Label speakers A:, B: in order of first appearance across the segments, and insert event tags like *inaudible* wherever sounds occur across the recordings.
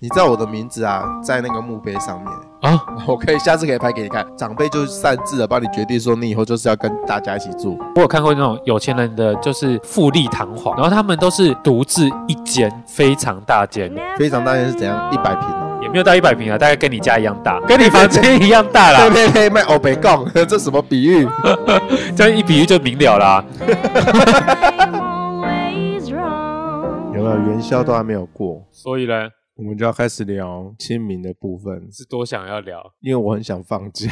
A: 你知道我的名字啊，在那个墓碑上面，
B: 啊，
A: 我可以下次可以拍给你看。长辈就擅自的帮你决定说，你以后就是要跟大家一起住。
B: 我有看过那种有钱人的，就是富丽堂皇，然后他们都是独自一间非常大间，
A: 非常大间是怎样？一百平哦。
B: 也没有到一百平啊，大概跟你家一样大， *laughs* 跟你房间一样大
A: 呸
B: *laughs* 啦。
A: 呸呸！卖欧北贡，哦 *laughs* 这什么比喻？
B: 这样一比喻就明了啦。
A: *laughs* 有没有元宵都还没有过，
B: 所以呢，
A: 我们就要开始聊清明的部分，
B: 是多想要聊
A: 因为我很想放假，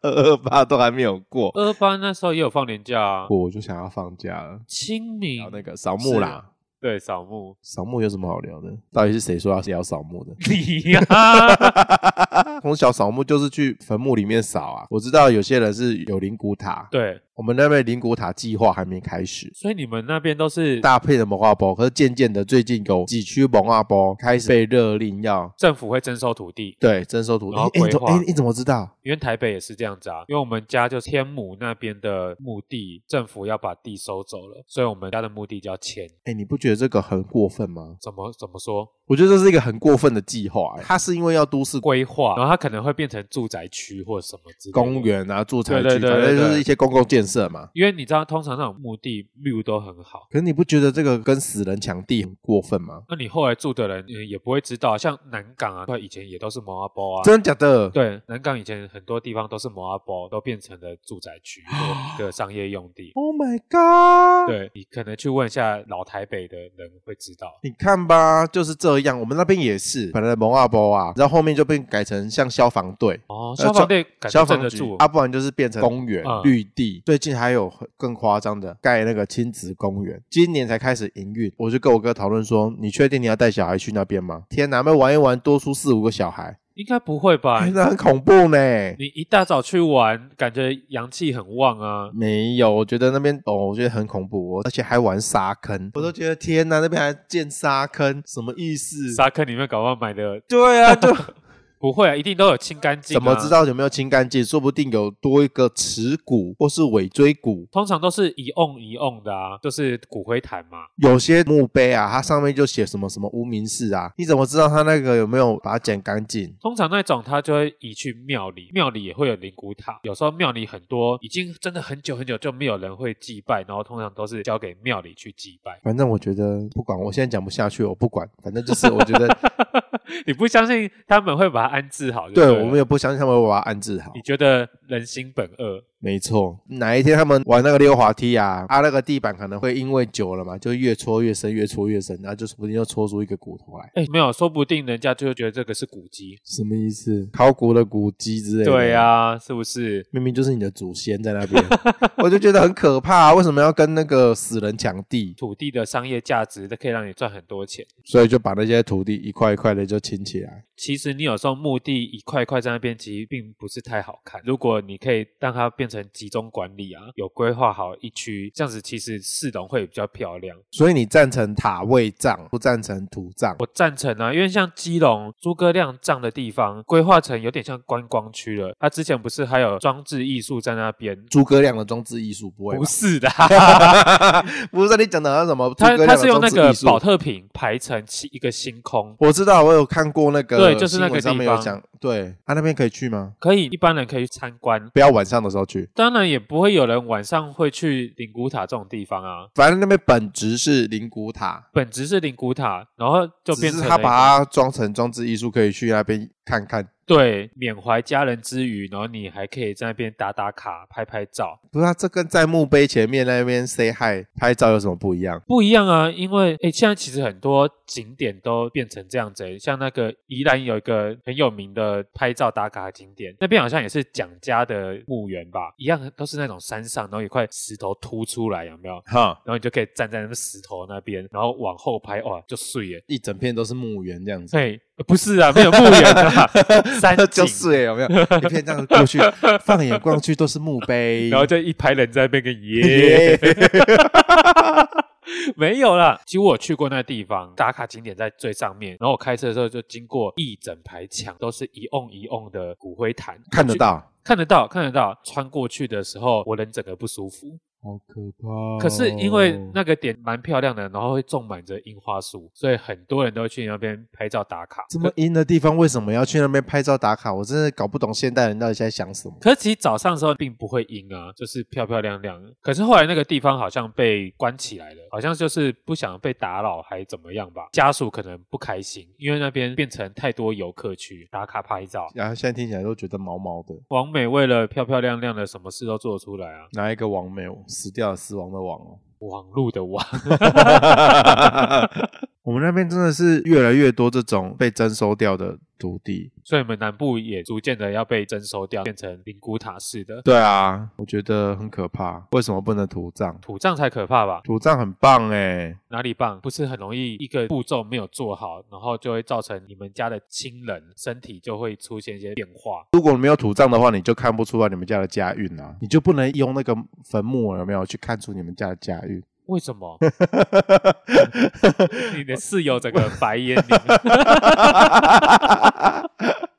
A: 二二八都还没有过，
B: 二班那时候也有放年假啊，
A: 我就想要放假了。
B: 清
A: 聊
B: 明
A: 那个扫墓啦，
B: 对扫墓，
A: 扫墓有什么好聊的？到底是谁说要聊扫墓的？
B: 你呀、啊，
A: 从小扫墓就是去坟墓里面扫啊。我知道有些人是有灵骨塔，
B: *laughs* 对，
A: 我们那边灵骨塔计划还没开始。
B: 所以你们那边都是
A: 大片的文化包，可是渐渐的，最近有几区文化包开始被勒令要
B: 政府会征收土地，
A: 对征收土地。
B: 然后
A: 诶你怎
B: 规划
A: 诶你怎么知道？
B: 因为台北也是这样子啊，因为我们家就是天母那边的墓地，政府要把地收走了，所以我们家的墓地叫迁。
A: 哎，你不觉得这个很过分吗？
B: 怎么怎么说
A: 我觉得这是一个很过分的计划、它是因为要都市
B: 规划，然后它可能会变成住宅区或什么之类的
A: 公。园啊、住宅区，
B: 对对对
A: 反正
B: 对对
A: 就是一些公共建设嘛。
B: 因为你知道，通常那种墓地 view 都很好，
A: 可是你不觉得这个跟死人抢地很过分吗？
B: 那你后来住的人、嗯、也不会知道。像南港啊，它以前也都是摩阿波啊，
A: 真的假的？
B: 对，南港以前很多地方都是摩阿波，都变成了住宅区或一个商业用地。
A: ，Oh my god！，
B: 对你可能去问一下老台北的人会知道。
A: 你看吧，就是这样。我们那边也是，本来蒙阿波啊，然后后面就被改成像消防队、
B: 哦，
A: 呃
B: 消防队感觉
A: 消
B: 镇
A: 防
B: 得
A: 局
B: 住
A: 啊，不然就是变成公园、
B: 嗯
A: 绿地。最近还有更夸张的，盖那个亲子公园，今年才开始营运。我就跟我哥讨论说，你确定你要带小孩去那边吗？天哪，那玩一玩多出四五个小孩，
B: 应该不会吧
A: 哎？那很恐怖呢。
B: 你一大早去玩，感觉阳气很旺啊。
A: 没有，我觉得那边哦，我觉得很恐怖，而且还玩沙坑，我都觉得天哪，那边还建沙坑，什么意思？
B: 沙坑里面搞不好买的
A: 对啊，就
B: 不会啊，一定都有清干净、啊。
A: 怎么知？道有没有清干净？说不定有多一个耻骨或是尾椎骨。
B: 通常都是一瓮一瓮的啊，就是骨灰坛嘛。
A: 有些墓碑啊，它上面就写什么什么无名氏啊，你怎么知道它那个有没有把它剪干净？
B: 通常那种它就会移去庙里，庙里也会有灵骨塔。有时候庙里很多已经真的很久很久就没有人会祭拜，然后通常都是交给庙里去祭拜。 *laughs*
A: 反正我觉得不管，我现在讲不下去，我不管，反正就是我觉得，
B: 你不相信他们会把它安置好就
A: 对
B: 对了？
A: 我们也不相信他们会把它安置好
B: 你。觉得人心本恶，
A: 没错，哪一天他们玩那个溜滑梯啊，啊那个地板可能会因为久了嘛，就越搓越深，越搓越深，然后就说不定又搓出一个骨头来，
B: 哎，没有，说不定人家就觉得这个是古迹。
A: 什么意思？考古的古迹之类的。
B: 对啊，是不是？
A: 明明就是你的祖先在
B: *laughs*
A: 那边，我就觉得很可怕、为什么要跟那个死人抢地？
B: 土地的商业价值，都可以让你赚很多钱。
A: 所以就把那些土地一块一块的就清起来。
B: 其实你有时候墓地一块一块在那边，其实并不是太好看。如果你可以让它变成集中管理啊，有规划好一区，这样子其实市容会比较漂亮。
A: 所以你赞成塔位葬，不赞成土葬？
B: 我赞成啊，因为像基隆诸葛亮葬的地方，规划成有点像观光区了。它之前不是还有装置艺术在那边？
A: 诸葛亮的装置艺术不会吧
B: 不？
A: *laughs*
B: 是的啊，
A: 不是你讲的好像什么？诸
B: 它
A: 葛
B: 它
A: 亮
B: 是
A: 的装
B: 用那
A: 置
B: 个
A: 艺术
B: 保特瓶排成七一个星空，
A: 我知道，我有看过那个，
B: 对就是那个
A: 上面有
B: 地方
A: 讲，对，啊他、那边可以去吗？
B: 可以一般人可以去参观。
A: 不要晚上的时候去，
B: 当然也不会有人晚上会去灵骨塔这种地方啊，
A: 反正那边本质是灵骨塔，
B: 本质是灵骨塔，然后就
A: 只
B: 变
A: 是
B: 成
A: 他
B: 了一个
A: 把它装成装置艺术，可以去那边看看。
B: 对缅怀家人之余，然后你还可以在那边打打卡、拍拍照，
A: 不是、啊，这跟在墓碑前面那边 say hi 拍照有什么不一
B: *laughs*
A: 样？
B: 不一样啊。因为诶，现在其实很多景点都变成这样子诶，像那个宜兰有一个很有名的拍照打卡景点，那边好像也是蒋家的墓园吧，一样都是那种山上，然后有一块石头凸出来，有没有？
A: 哈，
B: 然后你就可以站在那个石头那边，然后往后拍，哇，就碎耶。
A: 一整片都是墓园这样子。
B: 对，呃不是啊，没有墓园
A: *laughs*
B: 啊，山景，
A: 就是欸有没有一片这样过去，放眼望去都是墓碑，
B: *laughs* 然后就一排人在那
A: *laughs*
B: 边跟耶
A: 耶，
B: *laughs* 没有啦。其实我有去过那地方，打卡景点在最上面，然后我开车的时候就经过一整排墙，都是一瓮一瓮的骨灰坛，
A: 看得到。
B: 看得到，看得到。穿过去的时候，我人整个不舒服，
A: 好可怕哦、
B: 可是因为那个点蛮漂亮的，然后会种满着樱花树，所以很多人都会去那边拍照打卡。
A: 这么阴的地方，为什么要去那边拍照打卡？我真的搞不懂现代人到底在想什么。
B: 可是其实早上的时候并不会阴啊，就是漂漂亮亮的。可是后来那个地方好像被关起来了，好像就是不想被打扰还怎么样吧？家属可能不开心，因为那边变成太多游客去打卡拍照。
A: 然后现在听起来都觉得毛毛的。
B: 王美为了漂漂亮亮的，什么事都做得出来啊！
A: 哪一个王没有死掉了？死亡的亡哦。 *laughs*
B: 网路的网， *laughs*
A: 我们那边真的是越来越多这种被征收掉的土地。
B: 所以我们南部也逐渐的要被征收掉，变成灵骨塔式的
A: 对啊，我觉得很可怕。为什么不能土葬？
B: 土葬才可怕吧？
A: 土葬很棒哎、
B: 哪里棒？不是很容易一个步骤没有做好，然后就会造成你们家的亲人身体就会出现一些变化。
A: 如果没有土葬的话，你就看不出来你们家的家运啊，你就不能用那个坟墓有没有去看出你们家的家运。
B: 为什么？ *laughs* 你的室友整个白眼你，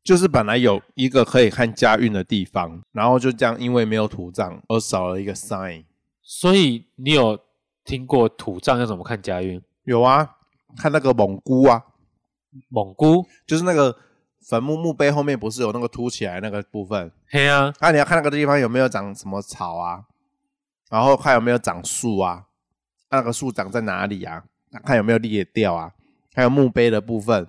A: 就是本来有一个可以看家运的地方，然后就这样因为没有土葬而少了一个 sign。
B: *laughs* 所以你有听过土葬要怎么看家运？
A: 有啊，看那个蒙古啊，
B: 蒙姑，
A: 就是那个坟墓墓碑后面不是有那个凸起来那个部分？
B: 嘿啊，
A: 啊，你要看那个地方有没有长什么草啊，然后看有没有长树啊，看那个树长在哪里啊，看有没有裂掉啊，还有墓碑的部分，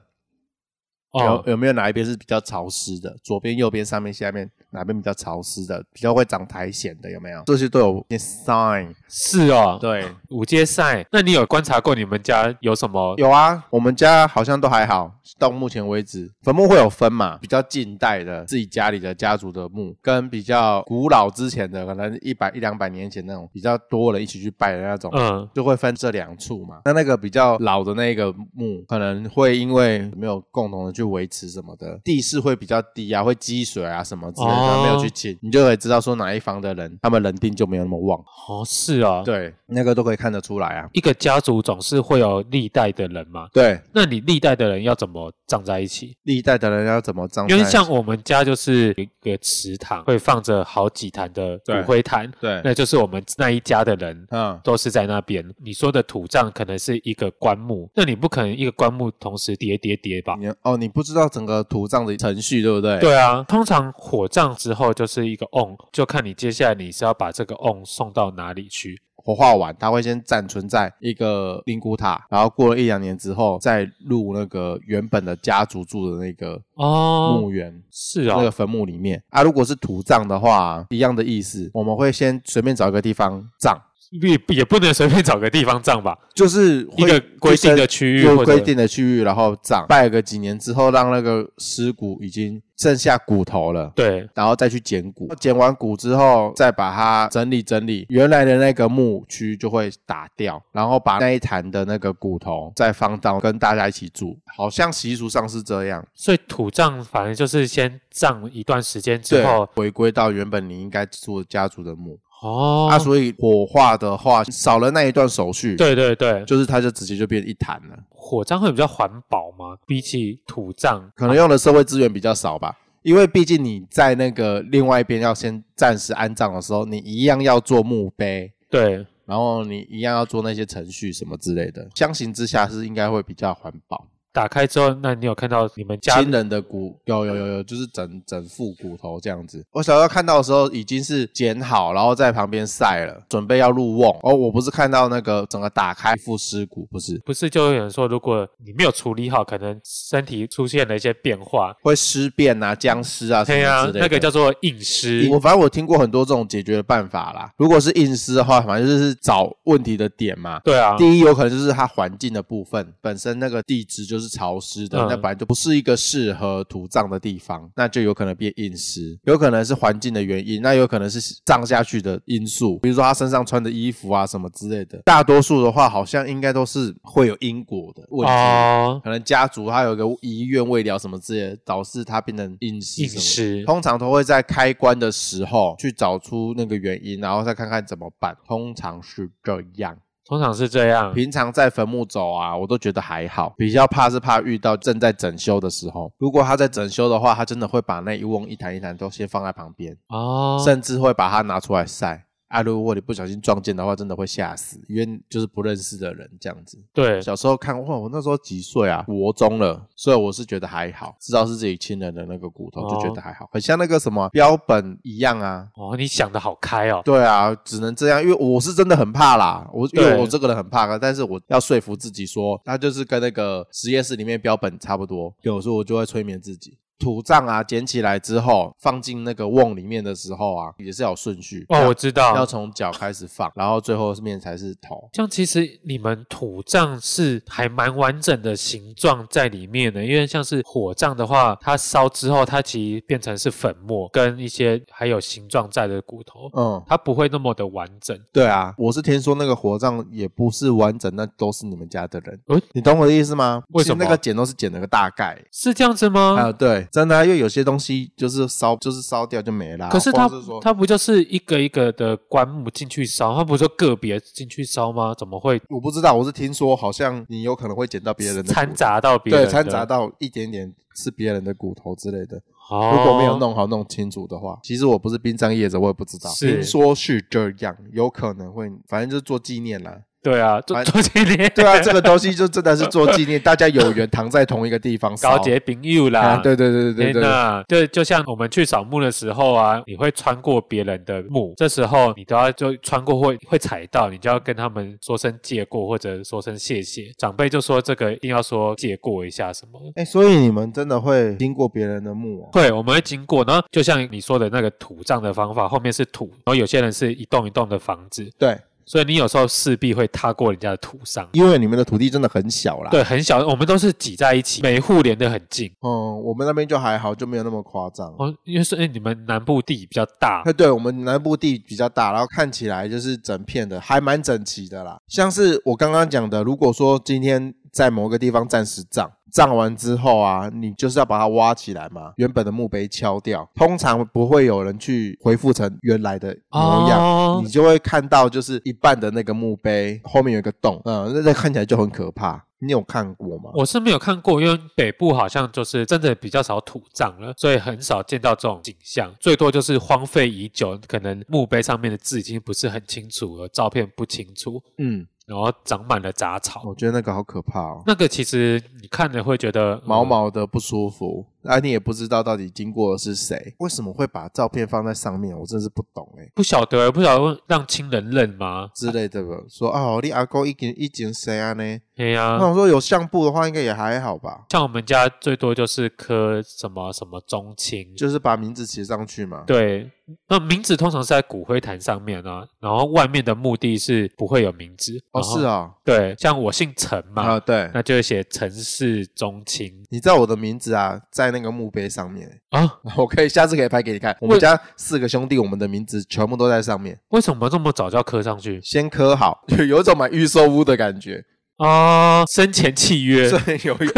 B: 哦
A: 有有没有哪一边是比较潮湿的？左边、右边、上面、下面哪边比较潮湿的？比较会长苔藓的有没有？这些都有 sign。
B: 是哦，
A: 对，
B: 五阶赛。那你有观察过你们家有什么？
A: 有啊，我们家好像都还好，到目前为止，坟墓会有分嘛，比较近代的自己家里的家族的墓，跟比较古老之前的，可能一百一两百年前那种比较多人一起去拜的那种。
B: 嗯，
A: 就会分这两处嘛。那那个比较老的那个墓，可能会因为没有共同的去维持什么的，地势会比较低啊，会积水啊什么之类的，
B: 哦
A: 没有去清，你就可以知道说哪一方的人，他们人定就没有那么旺。
B: 哦，是哦，，
A: 对，那个都可以看得出来啊。
B: 一个家族总是会有历代的人嘛。
A: 对，
B: 那你历代的人要怎么葬在一起？
A: 历代的人要怎么葬？
B: 因为像我们家就是一个祠堂，会放着好几坛的骨
A: 对
B: 灰坛，
A: 对，
B: 那就是我们那一家的人
A: 嗯，
B: 都是在那边。你说的土葬可能是一个棺木，那你不可能一个棺木同时叠叠叠吧？
A: 你哦，你不知道整个土葬的程序，对不对？，
B: 对啊，通常火葬之后就是一个 on，就看你接下来你是要把这个 on 送到哪里去。
A: 火化完，它会先暂存在一个灵骨塔，然后过了一两年之后，再入那个原本的家族住的那个
B: 哦
A: 墓，园。
B: 是
A: 那个
B: 哦，
A: 坟墓里面啊，如果是土葬的话，一样的意思，我们会先随便找一个地方葬，
B: 也也不能随便找个地方葬吧？
A: 就是会
B: 一个规定的区域
A: 就
B: 或者
A: 规定的区域，然后葬，拜个几年之后，让那个尸骨已经剩下骨头了。
B: 对，
A: 然后再去捡骨，捡完骨之后再把它整理整理，原来的那个墓区就会打掉，然后把那一坛的那个骨头再放到跟大家一起住，好像习俗上是这样。
B: 所以土葬反正就是先葬一段时间之
A: 对
B: 后，，
A: 回归到原本你应该住的家族的墓。
B: 哦，
A: 啊，所以火化的话少了那一段手续，，
B: 对对对，
A: 就是它就直接就变一坛了，
B: 火葬会比较环保吗？比起土葬，
A: 可能用的社会资源比较少吧。因为毕竟你在那个另外一边要先暂时安葬的时候，你一样要做墓碑，
B: 对，
A: 然后你一样要做那些程序什么之类的。相形之下是应该会比较环保。
B: 打开之后，那你有看到你们家
A: 亲人的骨有有有有，就是整整副骨头这样子。我小时候看到的时候已经是剪好，然后在旁边晒了，准备要入瓮。哦，我不是看到那个整个打开一副尸骨，不是
B: 不是就有人说，如果你没有处理好，可能身体出现了一些变化。
A: 会尸变啊、僵尸啊什
B: 对
A: 么
B: 啊
A: 之类，的。
B: 那个叫做硬尸
A: 我。反正我听过很多这种解决的办法啦。如果是硬尸的话，反正就是找问题的点嘛。
B: 对啊，
A: 第一，有可能就是它环境的部分，本身那个地质就是潮湿的，
B: 嗯
A: 那本来就不是一个适合土葬的地方，那就有可能变硬尸，有可能是环境的原因，那有可能是葬下去的因素，比如说他身上穿的衣服啊什么之类的。大多数的话，好像应该都是会有因果的问题。
B: 哦，
A: 可能家族他有一个遗愿未了什么之类的，导致他变成硬尸
B: 硬
A: 什么的。
B: 尸
A: 通常都会在开棺的时候去找出那个原因，然后再看看怎么办。通常是这样。
B: 通常是这样。
A: 平常在坟墓走啊，我都觉得还好，比较怕是怕遇到正在整修的时候。如果他在整修的话，他真的会把那一瓮一坛一坛都先放在旁边，
B: 哦，
A: 甚至会把它拿出来晒。啊，如果你不小心撞见的话，真的会吓死，因为就是不认识的人这样子。
B: 对，
A: 小时候看，哇，我那时候几岁啊？国中了，所以我是觉得还好，知道是自己亲人的那个骨头，就觉得还好，很像那个什么标本一样啊。
B: 哦，你想的好开哦，
A: 对啊，只能这样，因为我是真的很怕啦，我因
B: 对
A: 为我这个人很怕，但是我要说服自己说，他就是跟那个实验室里面标本差不多。有时候我就会催眠自己。土葬啊，捡起来之后放进那个瓮里面的时候啊，也是要有顺序
B: 哦，我知
A: 要
B: 道。
A: 从脚开始放，然后最后面才是头。
B: 像其实你们土葬是还蛮完整的形状在里面的，因为像是火葬的话，它烧之后，它其实变成是粉末跟一些还有形状在的骨头，
A: 嗯，
B: 它不会那么的完整。
A: 对啊，我是听说那个火葬也不是完整，那都是你们家的人，
B: 哦
A: 你懂我的意思吗？
B: 为什么
A: 其实那个捡都是捡了个大概。
B: 是这样子吗？
A: 啊，对，真的啊、因为有些东西就是烧，就是烧掉就没啦。
B: 可是它
A: 啊或者说
B: 它不就是一个一个的棺木进去烧，它不是个别进去烧吗？怎么会
A: 我不知道，我是听说好像你有可能会捡到别人的
B: 掺
A: 骨
B: 杂到别人
A: 对
B: 的？
A: 掺杂到一点点是别人的骨头之类的。
B: 哦，
A: 如果没有弄好弄清楚的话，其实我不是殡葬业者，我也不知道。
B: 是
A: 听说是这样，有可能会，反正就是做纪念
B: *laughs*
A: 啦。
B: 对啊，做
A: 反
B: 做纪念，
A: 对啊，这个东西就真的是做纪念，大家有缘躺在同一个地方烧
B: 高洁朋友啦
A: 啊，。对对对对对
B: 天
A: 对，
B: 呐，对，就像我们去扫墓的时候啊，你会穿过别人的墓，这时候你都要就穿过会会踩到，你就要跟他们说声借过或者说声谢谢。长辈就说这个一定要说借过一下什么的。
A: 哎，所以你们真的会经过别人的墓哦？
B: 会，我们会经过，然后就像你说的那个土葬的方法，后面是土，然后有些人是一栋一栋的房子，
A: 对，
B: 所以你有时候势必会踏过人家的土上。
A: 因为你们的土地真的很小啦。
B: 对，很小，我们都是挤在一起，每一户连得很近。
A: 嗯，我们那边就还好，就没有那么夸张。
B: 哦，因为是哎你们南部地比较大，
A: 那对我们南部地比较大，然后看起来就是整片的，还蛮整齐的啦。像是我刚刚讲的，如果说今天在某个地方暂时葬，葬完之后啊，你就是要把它挖起来嘛，原本的墓碑敲掉，通常不会有人去恢复成原来的模样。
B: 哦
A: 你就会看到，就是一半的那个墓碑后面有一个洞，嗯，那那看起来就很可怕。你有看过吗？
B: 我是没有看过，因为北部好像就是真的比较少土葬了，所以很少见到这种景象，最多就是荒废已久，可能墓碑上面的字已经不是很清楚了，照片不清楚，
A: 嗯，
B: 然后长满了杂草。
A: 我觉得那个好可怕哦。
B: 那个其实你看了会觉得
A: 毛、
B: 嗯
A: 毛的不舒服，啊，你也不知道到底经过的是谁，为什么会把照片放在上面，我真是不懂哎、
B: 不晓得，不晓得让亲人认吗？
A: 之类的吧，说哦，你阿公一经一经谁啊呢？
B: 对呀、
A: 那我说有相簿的话，应该也还好吧，
B: 像我们家最多就是刻什么什么宗亲，
A: 就是把名字写上去嘛。
B: 对，那名字通常是在骨灰坛上面啊，然后外面的墓地是不会有名字。
A: 哦，
B: 然后
A: 是啊，
B: 对，像我姓陈嘛，
A: 啊，对，
B: 那就会写陈氏宗亲
A: 你知道我的名字啊，在那个墓碑上面，
B: 啊。
A: 我可以下次可以拍给你看。我们家四个兄弟，我们的名字全部都在上面，
B: 为什么这么早就要刻上去
A: 先刻好，有一种买预售屋的感觉。
B: 啊？生前契约
A: 所以有
B: *laughs*
A: 一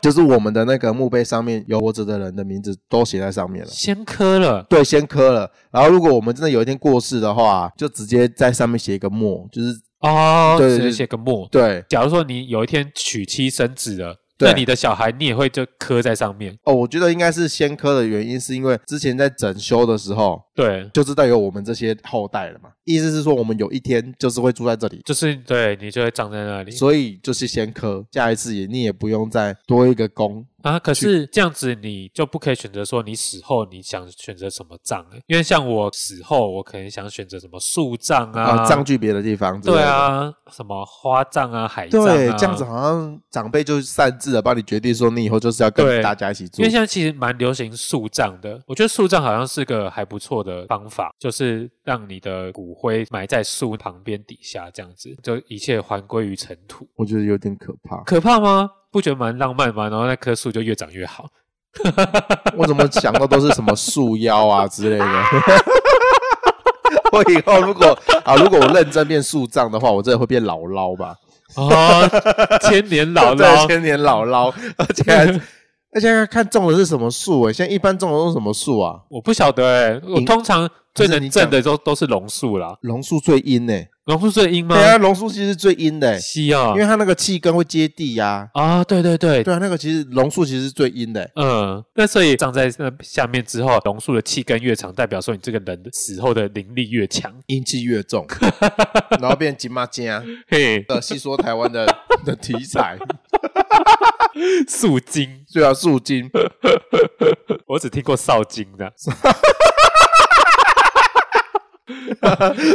A: 就是我们的那个墓碑上面有活着的人的名字都写在上面了。
B: 先刻了，
A: 对，先磕了，然后如果我们真的有一天过世的话，就直接在上面写一个末，就是
B: 哦，
A: 对
B: 直接
A: 对
B: 写个墓。
A: 对
B: 假如说你有一天娶妻生子了，
A: 对
B: 那你的小孩你也会就刻在上面。
A: 哦，我觉得应该是先磕的原因，是因为之前在整修的时候
B: 对，
A: 就知道有我们这些后代了嘛，意思是说我们有一天就是会住在这里，
B: 就是对你就会长在那里
A: 所以就是先磕，下一次也你也不用再多一个宫。
B: 啊。可是这样子你就不可以选择说你死后你想选择什么葬、欸，因为像我死后我可能想选择什么树葬
A: 啊，
B: 啊，
A: 葬具别的地方之类
B: 对
A: 的，
B: 啊，什么花葬啊、海葬啊，
A: 对，这样子好像长辈就擅自的帮你决定说，你以后就是要
B: 对
A: 跟大家一起住
B: 因为。现在其实蛮流行树葬的，我觉得树葬好像是个还不错的方法，就是让你的骨灰埋在树旁边底下，这样子就一切还归于尘土。，
A: 我觉得有点可怕
B: 可怕吗？不觉得蛮浪漫吗？然后那棵树就越长越好。
A: 我怎么想到都是什么树妖啊之类
B: *laughs*
A: 的。我以后如果啊，如果我认真变树葬的话，我真的会变老捞吧， *laughs*
B: 哦，千年老
A: 对
B: 了，哦
A: 千年老捞，而且
B: *laughs*
A: 还而且还看中的是什么树诶、现在一般种的都是什么树啊？
B: 我不晓得哎、我
A: 你
B: 通常最
A: 还是
B: 能
A: 你
B: 挣
A: 讲
B: 的都都是榕树啦。
A: 榕树最阴诶、欸
B: 榕树最阴吗
A: 对？啊，龙树其实是最阴的欸、
B: 西啊
A: 因为它那个气根会接地呀、
B: 啊，对对对，
A: 对啊，那个其实龙树其实是最阴的欸、
B: 嗯，那所以长在那下面之后，榕树的气根越长，代表说你这个人死后的灵力越强。
A: 阴气越 *laughs* 重，然后变金妈家
B: 嘿，
A: 的呃细说台湾 *laughs* 的的题材，
B: 素金，
A: 对啊，树精，
B: 我只听过少金的，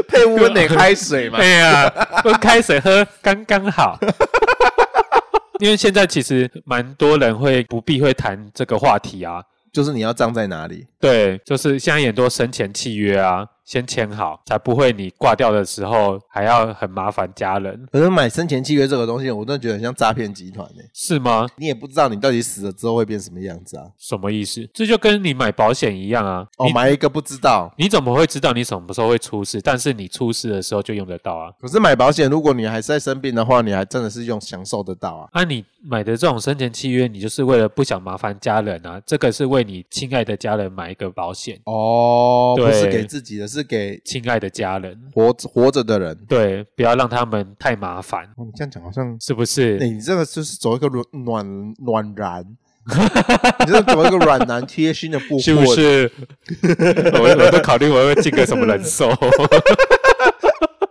A: 配温奶开水嘛
B: 哎，呀，温开水喝刚刚好。 *laughs* 因为现在其实蛮多人会不避讳谈这个话题啊，
A: 就是你要葬在哪里，
B: 对，就是现在也很多生前契约啊，先签好，才不会你挂掉的时候还要很麻烦家人，
A: 可是买生前契约这个东西，我真的觉得很像诈骗集团呢、
B: 是吗？
A: 你也不知道你到底死了之后会变什么样子啊！
B: 什么意思？这就跟你买保险一样啊，
A: 哦，
B: 你
A: 买一个不知道。
B: 你怎么会知道你什么时候会出事？但是你出事的时候就用得到啊。
A: 可是买保险，如果你还是在生病的话，你还真的是用享受得到啊！
B: 啊，你买的这种生前契约，你就是为了不想麻烦家人啊，这个是为你亲爱的家人买一个保险，
A: 哦，不是
B: 对
A: 给自己的，是给
B: 亲爱的家人，
A: 活活着的人。
B: 对，不要让他们太麻烦，
A: 哦，你这样讲好像，
B: 是不是？
A: 欸你这个就是走一个软暖暖男， *laughs* 你这走一个软男贴心的部分，
B: 是不是？ *laughs* 我我都考虑我会进个什么
A: *laughs*
B: 人寿，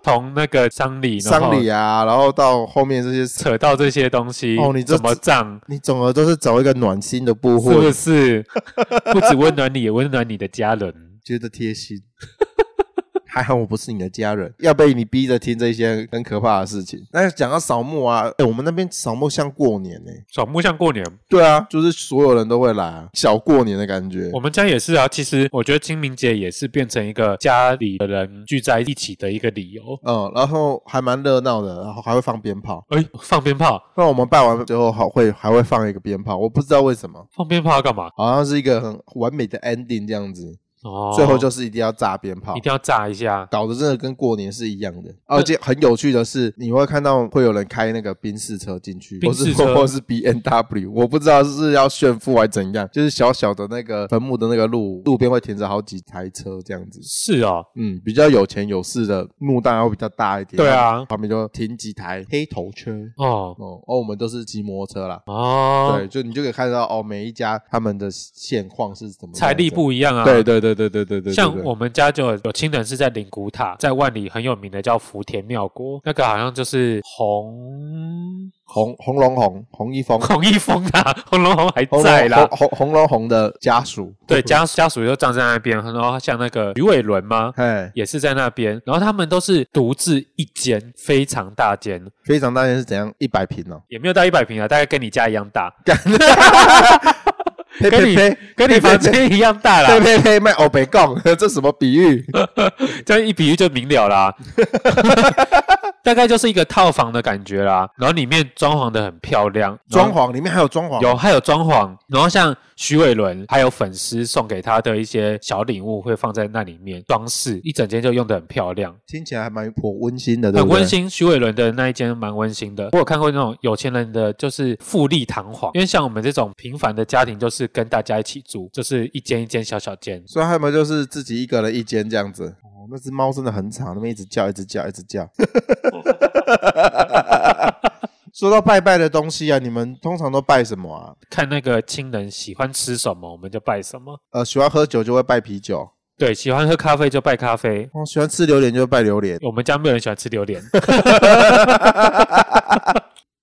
B: 从那个丧礼，然后
A: 丧礼啊，然后到后面这些，
B: 扯到这些东西，
A: 哦你这
B: 怎么葬？
A: 你总而都是走一个暖心的部
B: 是不
A: 分，
B: 是不止温暖你，也温暖你的家人？
A: 觉得贴心。 *laughs* 还好我不是你的家人，要被你逼着听这些很可怕的事情。那讲到扫墓啊，哎、我们那边扫墓像过年呢、
B: 扫墓像过年，
A: 对啊，就是所有人都会来、啊，小过年的感觉
B: 我。们家也是啊。其实我觉得清明节也是变成一个家里的人聚在一起的一个理由。
A: 嗯，然后还蛮热闹的，然后还会放鞭炮。
B: 哎，放鞭炮，
A: 那我们拜完之后，还会还会放一个鞭炮，我不知道为什么，
B: 放鞭炮要干嘛？
A: 好像是一个很完美的 ending 这样子。
B: 哦，
A: 最后就是一定要炸鞭炮
B: 一，定要炸一下。
A: 搞得真的跟过年是一样的。而且很有趣的是，你会看到会有人开那个宾士车进去，
B: 宾
A: 或是 *laughs*
B: 士车
A: 或是 B N W，我不知道是要炫富还是怎样，就是小小的那个坟墓的那个路路边会停着好几台车这样子。
B: 是哦，
A: 嗯，比较有钱有势的墓当然会比较大一点。
B: 对啊
A: 然后旁边就停几台黑头车。
B: 哦，
A: 哦，哦，我们都是骑摩托车啦。
B: 哦
A: 对，，就你就可以看到哦，每一家他们的现况是怎么样子
B: 财力、不一样啊。
A: 对对对对对对对，
B: 像
A: 对
B: 我们家就有有亲人是在灵谷塔，在万里很有名的叫福田庙国，那个好像就是红
A: 红红龙红红一
B: *laughs*
A: 峰
B: 红一峰啊， *laughs* 红龙红还
A: 红
B: 在啦
A: 龙。红红红龙红的家属，
B: *laughs* 对，家家属就葬在那边，然后像那个鱼尾
A: *laughs*
B: 轮吗？
A: 哎，
B: 也是在那边，然后他们都是独自一间，非常大间，
A: 非常大件是怎样？一百平哦，
B: 也没有到一百平啊，大概跟你家一
A: *laughs*
B: 样大，
A: 呸
B: *laughs* 跟你
A: 呸呸，
B: 跟你房间一样
A: 呸
B: 大啦，嗯
A: 呸呸，卖欧北贡， *laughs* 这什么比喻？
B: 这样一比喻就明
A: *laughs*
B: 了啦。大概就是一个套房的感觉啦，然后里面装潢的很漂亮，然后
A: 装潢里面还有装潢，
B: 有，还有装潢，然后像徐伟伦还有粉丝送给他的一些小礼物会放在那里面装饰，一整间就用的很漂亮，
A: 听起来还蛮颇温馨的，对
B: 很
A: 不对？
B: 温。馨。徐伟伦的那一间蛮温馨的，我有看过那种有钱人的，就是富丽堂皇，因为像我们这种平凡的家庭，就是跟大家一起住，就是一间一间小小间。
A: 所以他们就是自己一个人一间这样子。哦，那只猫真的很吵，那边一直叫，一直叫，一直 *laughs* 叫。说到拜拜的东西啊，你们通常都拜什么啊？
B: 看那个亲人喜欢吃什么，我们就拜什么。
A: 呃，喜欢喝酒就会拜啤酒，
B: 对，喜欢喝咖啡就拜咖啡。
A: 哦，喜欢吃榴莲就拜榴莲。
B: 我们家没有人喜欢吃榴莲，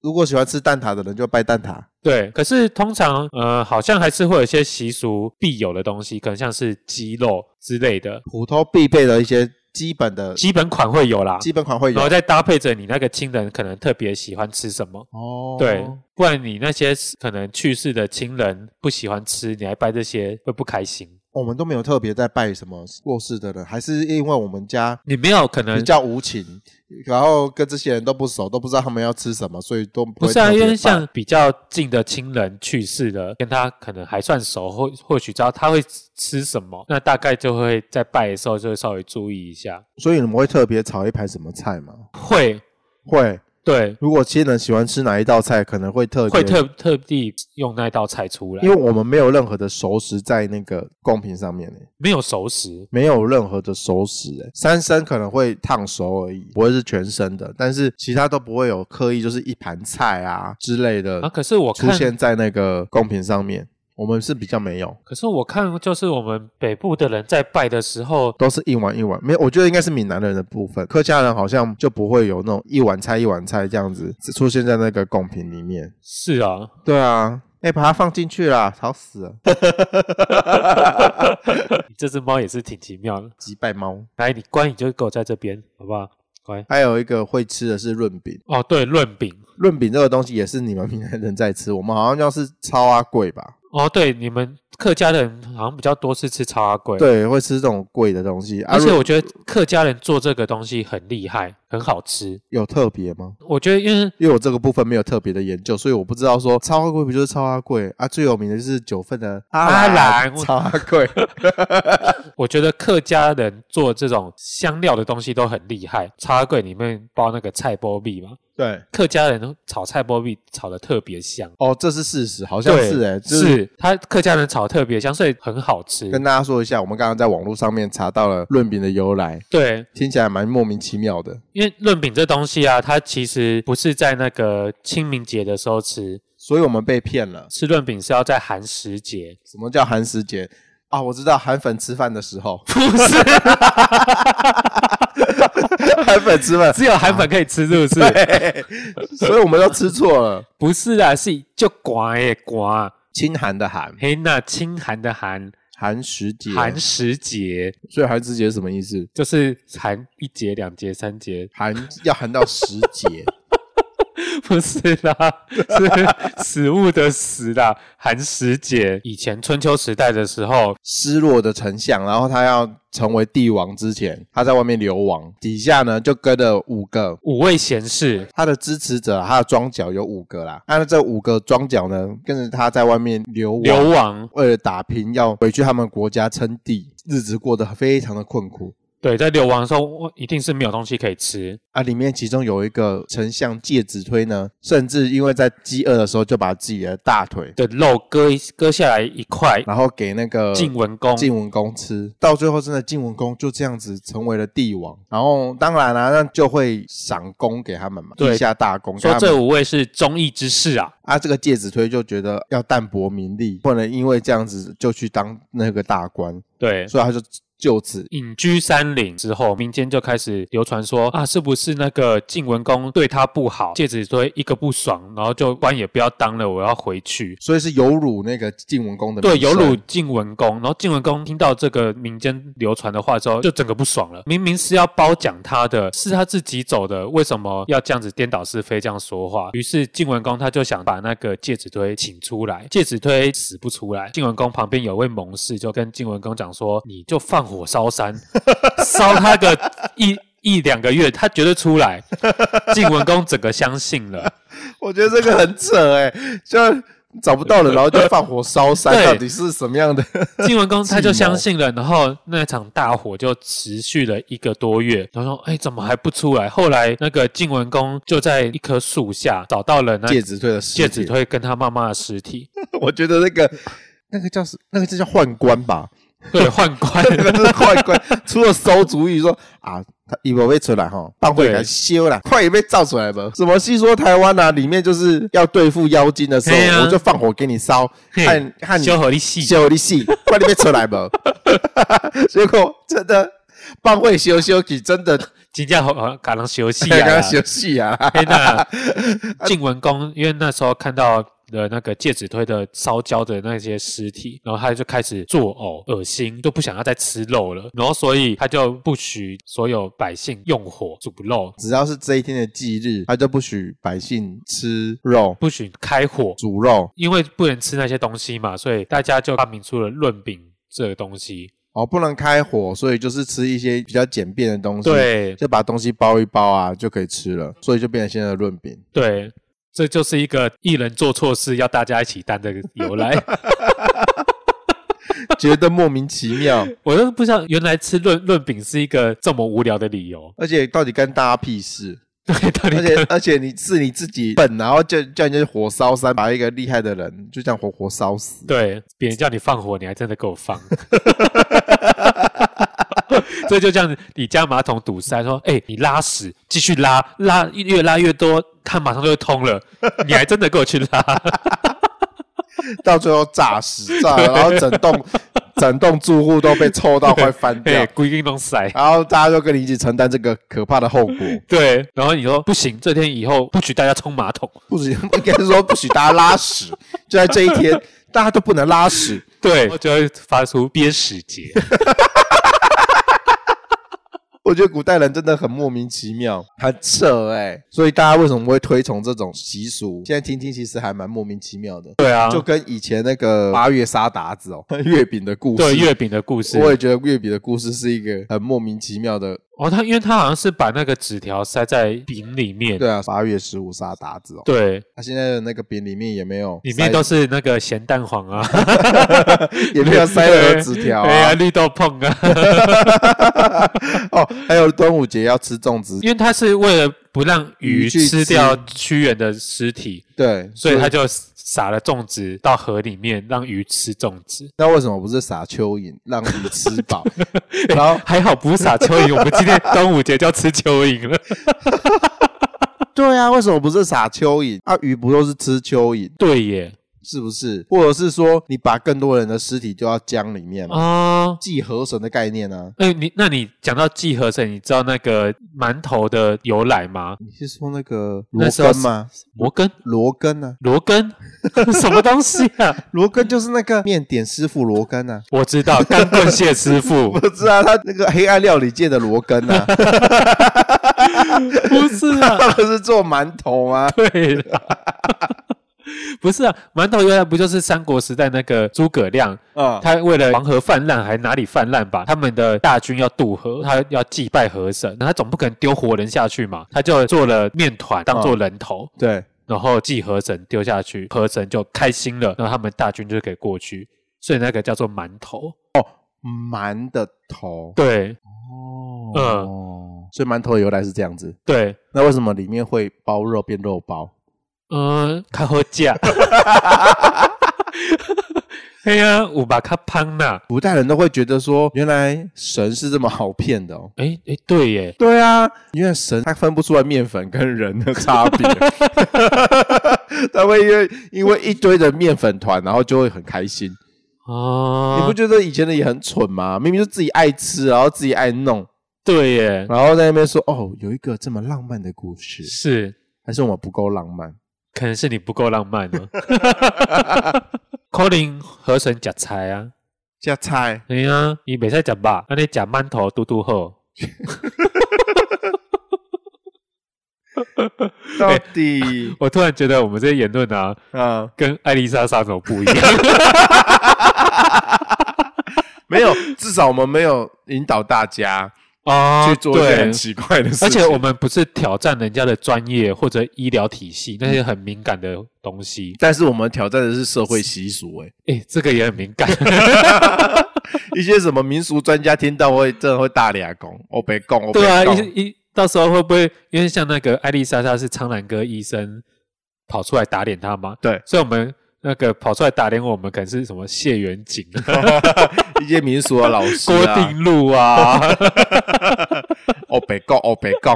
A: 如果喜欢吃蛋挞的人就拜蛋挞。
B: 对。可是通常，呃，好像还是会有一些习俗必有的东西，可能像是鸡肉之类的，
A: 普通必备的一些基本的
B: 嗯基本款会有啦。
A: 基本款会有
B: 然后再搭配着你那个亲人可能特别喜欢吃什么，
A: 哦
B: 对，不然你那些是可能去世的亲人不喜欢吃，你还拜这些会不开心。
A: 我们都没有特别在拜什么过世的人，还是因为我们家
B: 你没有可能
A: 比较无情，然后跟这些人都不熟，都不知道他们要吃什么，所以都不
B: 不
A: 会
B: 是啊，
A: 特
B: 因
A: 别
B: 为
A: 拜
B: 像比较近的亲人去世了，跟他可能还算熟，或或许知道他会吃什么，那大概就会在拜的时候就会稍微注意一下。
A: 所以你们会特别炒一盘什么菜吗？
B: 会，
A: 会，
B: 对，
A: 如果亲人喜欢吃哪一道菜，可能会特别
B: 会特特地用那道菜出来，
A: 因为我们没有任何的熟食在那个贡品上面呢、欸
B: 没有熟食，
A: 没有任何的熟食、欸，三生可能会烫熟而已，不会是全生的，但是其他都不会有刻意就是一盘菜啊之类的
B: 啊，可是我
A: 出
B: 看，
A: 现在那个贡品上面，我们是比较没有，
B: 可是我看，就是我们北部的人在拜的时候，
A: 都是一碗一碗，没有，我觉得应该是闽南人的部分，客家人好像就不会有那种一碗菜一碗菜这样子出现在那个贡品里面。
B: 是啊， *laughs*
A: 对啊，哎、把它放进去啦，吵死了，
B: 你这只猫也是挺奇妙的。
A: 击败猫。
B: 来，你乖，你就给我在这边，好不好？乖。
A: 还有一个会吃的是润饼，
B: 哦，对，润饼。
A: 润饼这个东西也是你们闽南人在吃，我们好像要是超阿贵吧？
B: 哦，对，你们客家人好像比较多是吃茶阿贵，。
A: 对，会吃这种贵的东西。啊、
B: 而且
A: 润
B: 我觉得客家人做这个东西很厉害，很好吃。
A: 有特别吗？
B: 我觉得因为
A: 因为我这个部分没有特别的研究，所以我不知道说超阿贵不就是超阿贵啊？最有名的就是九份的
B: 阿兰我
A: 超阿啊
B: *laughs*
A: 贵。
B: 我觉得客家人做这种香料的东西都很厉害。茶阿贵里面包那个菜包蜜嘛，
A: 对，
B: 客家人炒菜包蜜炒的特别香。
A: 哦，这是事实，好像
B: 对
A: 是哎、就是
B: 他客家人炒得特别香，所以很好吃。
A: 跟大家说一下，我们刚刚在网络上面查到了润饼的由来，
B: 对，
A: 听起来蛮莫名其妙的。
B: 因为润饼这东西啊，它其实不是在那个清明节的时候吃，
A: 所以我们被骗了。
B: 吃润饼是要在寒食节，
A: 什么叫寒食节啊？我知道韩粉吃饭的时
B: *laughs*
A: 候，
B: *laughs* 不是
A: 韩粉吃饭， *laughs*
B: 只有韩粉可以吃，是不是？
A: 对，所以我们都吃错了。
B: *laughs* 不是啊，是就寡耶寡，
A: 清寒的寒，
B: 嘿那清寒的寒，
A: 寒食节，
B: 寒食节
A: 所以寒食节什么意思？
B: 就是寒一节、两节、三节，
A: 寒要寒到十节， *laughs*
B: 不是啦，是食物的食啦，寒食节。以前春秋时代的时候，
A: 失落的丞相，然后他要成为帝王之前，他在外面流亡，底下呢就跟了五个。
B: 五位贤士
A: 他的支持者，他的庄脚有五个啦。那这五个庄脚呢，跟着他在外面流亡，
B: 流亡，
A: 为了打拼，要回去他们国家称帝，日子过得非常的困苦。
B: 对，在流亡的时候一定是没有东西可以吃，
A: 啊，里面其中有一个丞相介子推呢，甚至因为在饥饿的时候就把自己的大腿，
B: 的肉割一割下来一块，
A: 然后给那个
B: 晋文公
A: 晋文公吃，到最后真的晋文公就这样子成为了帝王。然后当然啦、那就会赏功给他们嘛，
B: 对
A: 地下大功给
B: 说
A: 他
B: 这
A: 们。
B: 五位是忠义之士啊，
A: 啊，这个介子推就觉得要淡泊名利，不能因为这样子就去当那个大官，
B: 对。
A: 所以他就就此
B: 隐居山林之后，民间就开始流传说啊，是不是那个晋文公对他不好，介子推一个不爽，然后就官也不要当了，我要回去。
A: 所以是有辱那个晋文公的
B: 对，
A: 名
B: 有
A: 声
B: 辱晋文公，然后晋文公听到这个民间流传的话之后，就整个不爽了。明明是要褒奖他的，是他自己走的，为什么要这样子颠倒是非，这样说话？于是晋文公他就想把那个介子推请出来，介子推死不出来。晋文公旁边有位谋士就跟晋文公讲说：“你就放火
A: *laughs*
B: 烧山，烧他个一一两个月，他绝对出来。”晋文公整个相信了。
A: 我觉得这个很扯哎、就找不到人，然后就放火烧山，
B: 对
A: 到底是什么样的？
B: *laughs* 晋文公他
A: 计
B: 就
A: 谋
B: 相信了，然后那场大火就持续了一个多月。然后说：“哎，怎么还不出来？”后来那个晋文公就在一棵树下找到了那
A: 戒指推的尸体
B: 介子，推跟他妈妈的尸体，
A: *laughs* 我觉得那个那个叫什那个就叫宦官吧，
B: *laughs* 对，宦官
A: 那个是宦官出了馊主意说啊。他以为被出来哈，帮会来
B: 对
A: 修啦，快也被造出来吧。什么戏说台湾啊，里面就是要对付妖精的时候，
B: 嘿啊
A: 我就放火给你烧，
B: 嘿
A: 看看你
B: *laughs* 修和力啊戏，
A: 修你戏，快点被出来吧。结果真的帮会修修起，真的
B: 金家和卡能修戏 *laughs*
A: 刚
B: 啊
A: 刚。修戏 *laughs* 啊，
B: 哎，那晋文公因为那时候看到。了那个介子推的烧焦的那些尸体，然后他就开始作呕、恶心，就不想要再吃肉了，然后所以他就不许所有百姓用火煮肉，
A: 只要是这一天的忌日，他就不许百姓吃肉、
B: 不许开火，
A: 煮肉，
B: 因为不能吃那些东西嘛，所以大家就发明出了论饼这个东西。
A: 哦，不能开火，所以就是吃一些比较简便的东西，，
B: 对
A: 就把东西包一包啊，就可以吃了，所以就变成现在的润饼。 *laughs*
B: 对，这就是一个一人做错事要大家一起担的由来。 *laughs*
A: 觉得莫名其妙，
B: 我都不知道原来吃论论饼是一个这么无聊的理由。 *laughs*
A: 而且到底干大家屁事？
B: 对，到底
A: 而且而且你是你自己笨，然后叫叫人家去火烧山，把一个厉害的人就这样活活烧 *laughs* 死。
B: 对别人叫你放火，你还真的给我
A: *laughs*
B: 放。 *laughs* 所以就这样子，你家马桶堵塞，说：“哎、你拉屎，继续拉，拉越拉越多，它马上就会通
A: *laughs*
B: 了。你还真的给我去拉，
A: 到最后炸死炸了，然后整栋整栋住户都被臭到快翻掉
B: 对，，故意弄塞。
A: *laughs* 然后大家都跟你一起承担这个可怕的后果。
B: 对，然后你说不行，这天以后不许大家冲马桶。
A: 不许 *laughs* 应该是说不许大家拉屎，就在这一天，大家都不能拉屎。
B: 对，我就会发出憋
A: *laughs*
B: 屎节。
A: 我觉得古代人真的很莫名其妙，很扯哎、所以大家为什么会推崇这种习俗？现在听听，其实还蛮莫名其妙的。
B: 对啊，
A: 就跟以前那个八月杀鞑子哦， *laughs* 月饼的故事。
B: 对月饼的故事。
A: 我也觉得月饼的故事是一个很莫名其妙的。
B: 哦，他因为他好像是把那个纸条塞在饼里面。
A: 对啊，八月十五杀鞑子哦。
B: 对，
A: 他、现在的那个饼里面也没有塞，
B: 里面都是那个咸蛋黄啊，
A: *laughs* 也没有塞任何纸条
B: 对
A: 啊
B: 啊，。绿豆碰啊，
A: 哦，还有端午节要吃粽子，
B: *laughs* 因为他是为了不让鱼
A: 鱼去
B: 吃掉
A: 吃
B: 屈原的尸体，
A: 对，
B: 所以他就撒了粽子到河里面，让鱼吃粽子。
A: 那为什么不是撒蚯蚓让鱼吃
B: *laughs*
A: 饱？然后
B: 还好不是撒蚯蚓，我们今天端午节就要吃蚯蚓了。
A: 对啊，为什么不是撒蚯蚓？啊，鱼不都是吃蚯蚓，
B: 对耶，
A: 是不是？或者是说你把更多人的尸体丢到江里面嘛？
B: 啊。
A: 祭河神的概念啊呢、
B: 哎、你那你讲到季河神，你知道那个馒头的由来吗？
A: 你是说那个
B: 那
A: 罗
B: 时候
A: 根吗？
B: 摩根、
A: 罗根呢、
B: 罗根， *laughs* 什么东西啊
A: 啊？？罗根就是那个面点师傅罗根啊。
B: 我知道，干棍蟹师傅
A: 我知道他那个黑暗料理界的罗根啊，
B: *laughs* 不是啊，
A: 他不是做馒头啊吗？
B: 对啦， *laughs* 不是啊，馒头原来不就是三国时代那个诸葛亮，
A: 啊、
B: 他为了黄河泛滥还哪里泛滥吧，他们的大军要渡河，他要祭拜河神，那他总不可能丢活人下去嘛，他就做了面团当做人头。
A: 对，
B: 然后祭河神丢下去，河神就开心了，然后他们大军就可以过去，所以那个叫做馒头。
A: 馒的头。
B: 对
A: 哦
B: 嗯
A: 所以馒头的由来是这样子。
B: 对，
A: 那为什么里面会包肉变肉包？
B: 嗯，较好食。 *laughs* 嘿呀、啊，有吧较香呐。
A: 古代人都会觉得说，原来神是这么好骗的哦。
B: 诶诶，对耶，
A: 对啊，因为神他分不出来面粉跟人的差 *laughs* 别，他会因为因为一堆的面粉团，然后就会很开心。
B: 哦，
A: 你不觉得以前的也很蠢吗？明明就自己爱吃，然后自己爱弄，
B: 对耶？
A: 然后在那边说哦，有一个这么浪漫的故事，
B: 是，
A: 还是我们不够浪漫？
B: 可能是你不够浪漫了。Colin 河神夹菜啊，
A: 加菜
B: 哎呀，你袂使夹肉，那你夹馒头嘟嘟好。
A: 到 *laughs* 底
B: 我突然觉得我们这些言论啊，
A: 啊、
B: 跟艾丽莎莎怎么不一样？ *laughs*
A: 没有，至少我们没有引导大家
B: *laughs* 啊
A: 去做一些
B: 对
A: 很奇怪的事情。
B: 而且我们不是挑战人家的专业或者医疗体系那些很敏感的东西，
A: 但是我们挑战的是社会习俗、欸， *laughs*
B: 哎、这个也很敏感。
A: 一些什么民俗专家听到会真的会大俩拱，我别拱，我别
B: 对啊，
A: 拱，
B: 一一到时候会不会因为像那个艾丽莎莎是苍兰哥医生跑出来打脸他吗？
A: 对
B: 所以我们那个跑出来打脸我们可能是什么谢元景、啊
A: *laughs* 一些民俗的老师、
B: 郭
A: 啊，
B: 定路啊， *laughs*
A: 我别拱，我别拱，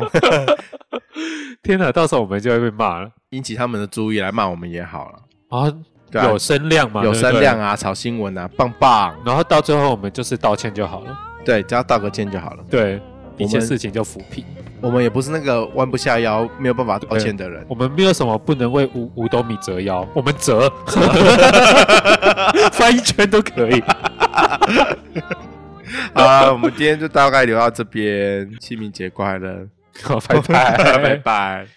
B: 天哪，到时候我们就会被骂了
A: *laughs* 引起他们的注意来骂我们也好了，
B: 啊！
A: 对啊
B: 有声量嘛，
A: 有
B: 对不对
A: 声量，啊，炒新闻啊，棒棒，
B: 然后到最后我们就是道歉就好了，
A: 对，只要道个歉就好了。
B: 对，
A: 我
B: 一切
A: 们
B: 事情就抚平。
A: 我们也不是那个弯不下腰、没有办法道歉的人，
B: 我们没有什么不能为五五斗米折腰，我们
A: *laughs*
B: 折，翻一圈都可以。
A: 好啊，我们
B: *laughs*
A: 今天就大概聊到这边，清明节快乐，
B: 好，拜拜，
A: 拜拜。